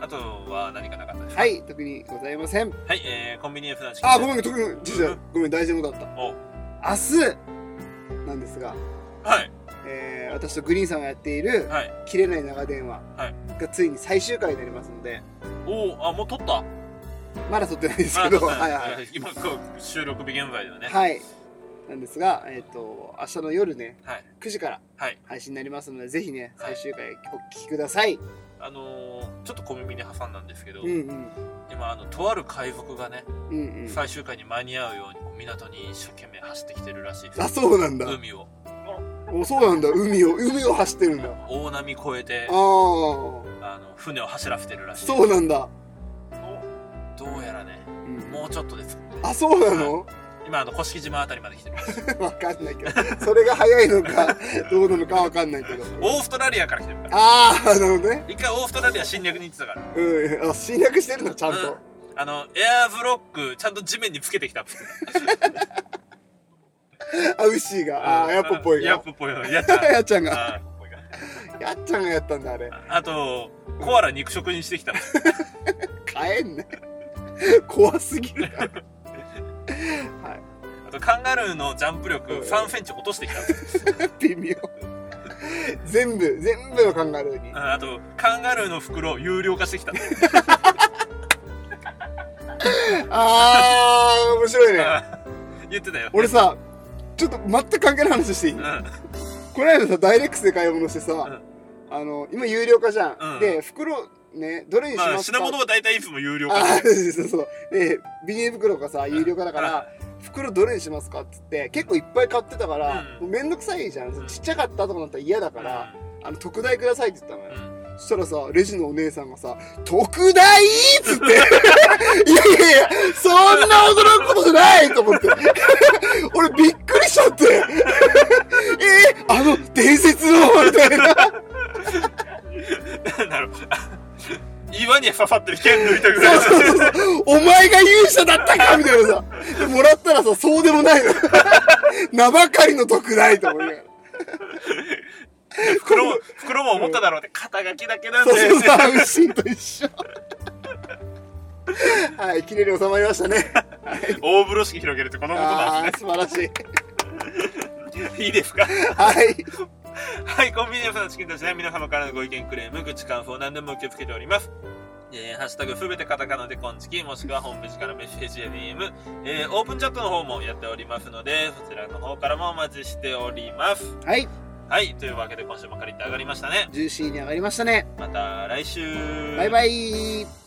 [SPEAKER 1] あとは何かなかったですか
[SPEAKER 2] は、い特にございません
[SPEAKER 1] はいえー、コンビニエンスなチキン
[SPEAKER 2] あごめん特にじいちゃんごめん大事なことだっ
[SPEAKER 1] お
[SPEAKER 2] た明日なんですが、
[SPEAKER 1] はい
[SPEAKER 2] えー私とグリーンさんがやっている
[SPEAKER 1] はい
[SPEAKER 2] 「切れない長電話
[SPEAKER 1] は」
[SPEAKER 2] がついに最終回になりますので
[SPEAKER 1] おーあもう撮った
[SPEAKER 2] まだ撮ってないです
[SPEAKER 1] あ
[SPEAKER 2] け
[SPEAKER 1] 撮っ
[SPEAKER 2] ど
[SPEAKER 1] た、
[SPEAKER 2] はいはい
[SPEAKER 1] 今こう収録日現在でねい
[SPEAKER 2] はいなんですが、えっと明日の夜ね
[SPEAKER 1] はい、
[SPEAKER 2] 9時から
[SPEAKER 1] はい、
[SPEAKER 2] 配信になりますのでぜひね
[SPEAKER 1] はい
[SPEAKER 2] 最終回お聞きください、
[SPEAKER 1] あのー、ちょっと小耳に挟んだんですけど、
[SPEAKER 2] うんうん
[SPEAKER 1] 今あのとある海賊がね、
[SPEAKER 2] うんうん
[SPEAKER 1] 最終回に間に合うようにこう港に一生懸命走ってきてるらしいです
[SPEAKER 2] あそうなんだ
[SPEAKER 1] 海を
[SPEAKER 2] おそうなんだ海を海を走ってるんだあ
[SPEAKER 1] 大波越えて
[SPEAKER 2] あー
[SPEAKER 1] あの船を走らせてるらしい
[SPEAKER 2] そうなんだ、
[SPEAKER 1] どうやらね
[SPEAKER 2] うん、
[SPEAKER 1] もうちょっとです
[SPEAKER 2] あそうなの
[SPEAKER 1] 今あの甑島あたりまで来てる
[SPEAKER 2] わかんないけどそれが早いのかどうなのかわかんないけど
[SPEAKER 1] オーストラリアから来てるから
[SPEAKER 2] ああなるほどね
[SPEAKER 1] 一回オーストラリア侵略に行ってたから
[SPEAKER 2] うんあ侵略してるのちゃん
[SPEAKER 1] う
[SPEAKER 2] と
[SPEAKER 1] んあのエアーブロックちゃんと地面につけてきたっつって
[SPEAKER 2] あウッシーがあーやっぱっぽいが
[SPEAKER 1] や
[SPEAKER 2] や
[SPEAKER 1] っぱっぽいのやっちゃん
[SPEAKER 2] っちゃんが
[SPEAKER 1] あーやっぱっぽいが
[SPEAKER 2] やっちゃんがやったんだあれ
[SPEAKER 1] あとコアラ肉食にしてきた
[SPEAKER 2] 帰んない怖すぎるだろ
[SPEAKER 1] あとカンガルーのジャンプ力3センチ落としてきたっつって
[SPEAKER 2] 微妙全部全部のカンガルーに
[SPEAKER 1] ああとカンガルーの袋有料化して きたっつって
[SPEAKER 2] あー面白いね
[SPEAKER 1] あー言ってたよ
[SPEAKER 2] 俺さちょっと全く関係ない話していい、
[SPEAKER 1] うん
[SPEAKER 2] この間さダイレックスで買い物してさ、
[SPEAKER 1] ん
[SPEAKER 2] あの今有料化じゃん、
[SPEAKER 1] うん
[SPEAKER 2] で袋ねどれにし
[SPEAKER 1] まあ
[SPEAKER 2] ますか、
[SPEAKER 1] 品物は大体いつも有料化
[SPEAKER 2] あーそうそうそうでビニール袋がさ有料化だから、袋どれにしますかっつって結構いっぱい買ってたから、
[SPEAKER 1] うん
[SPEAKER 2] もうめんどくさいじゃん、
[SPEAKER 1] うん
[SPEAKER 2] ちっちゃかったとかなったら嫌だから、あの特大くださいって言ったのよ、
[SPEAKER 1] うんうん
[SPEAKER 2] そしたらさ、レジのお姉さんがさ、特大っつって。いやいやいや、そんな驚くことじゃないと思って。俺びっくりしちゃって。えー、あの伝説のみたいな。
[SPEAKER 1] なんだろう。岩に刺さってる剣抜いたぐらい
[SPEAKER 2] そうそうそうそう。 お前が勇者だったかみたいなさ。でもらったらさ、そうでもないの。 名ばかりの特大と思いながら。
[SPEAKER 1] 袋も、袋も思っただろうって、肩書きだけなんで
[SPEAKER 2] そう
[SPEAKER 1] す
[SPEAKER 2] そう
[SPEAKER 1] よ。
[SPEAKER 2] そう、ウッシーと一緒。 はい、綺麗に収まりましたね。
[SPEAKER 1] 大風呂敷広げるってこのことな
[SPEAKER 2] あ
[SPEAKER 1] ん
[SPEAKER 2] あ、素晴らしい。
[SPEAKER 1] ですね。いいですか
[SPEAKER 2] はい。
[SPEAKER 1] はい、コンビニエンスのチキンたちね、皆様からのご意見、クレーム、愚痴、感想、何でも受け付けております。えー、ハッシュタグすべてカタカナでコンチキ、もしくはホームページからメッセージや DM、えー、オープンチャットの方もやっておりますので、そちらの方からもお待ちしております。
[SPEAKER 2] はい、
[SPEAKER 1] はい、というわけで今週もカリッと上がりましたね。
[SPEAKER 2] ジューシーに上がりましたね。
[SPEAKER 1] また来週
[SPEAKER 2] バイバイ。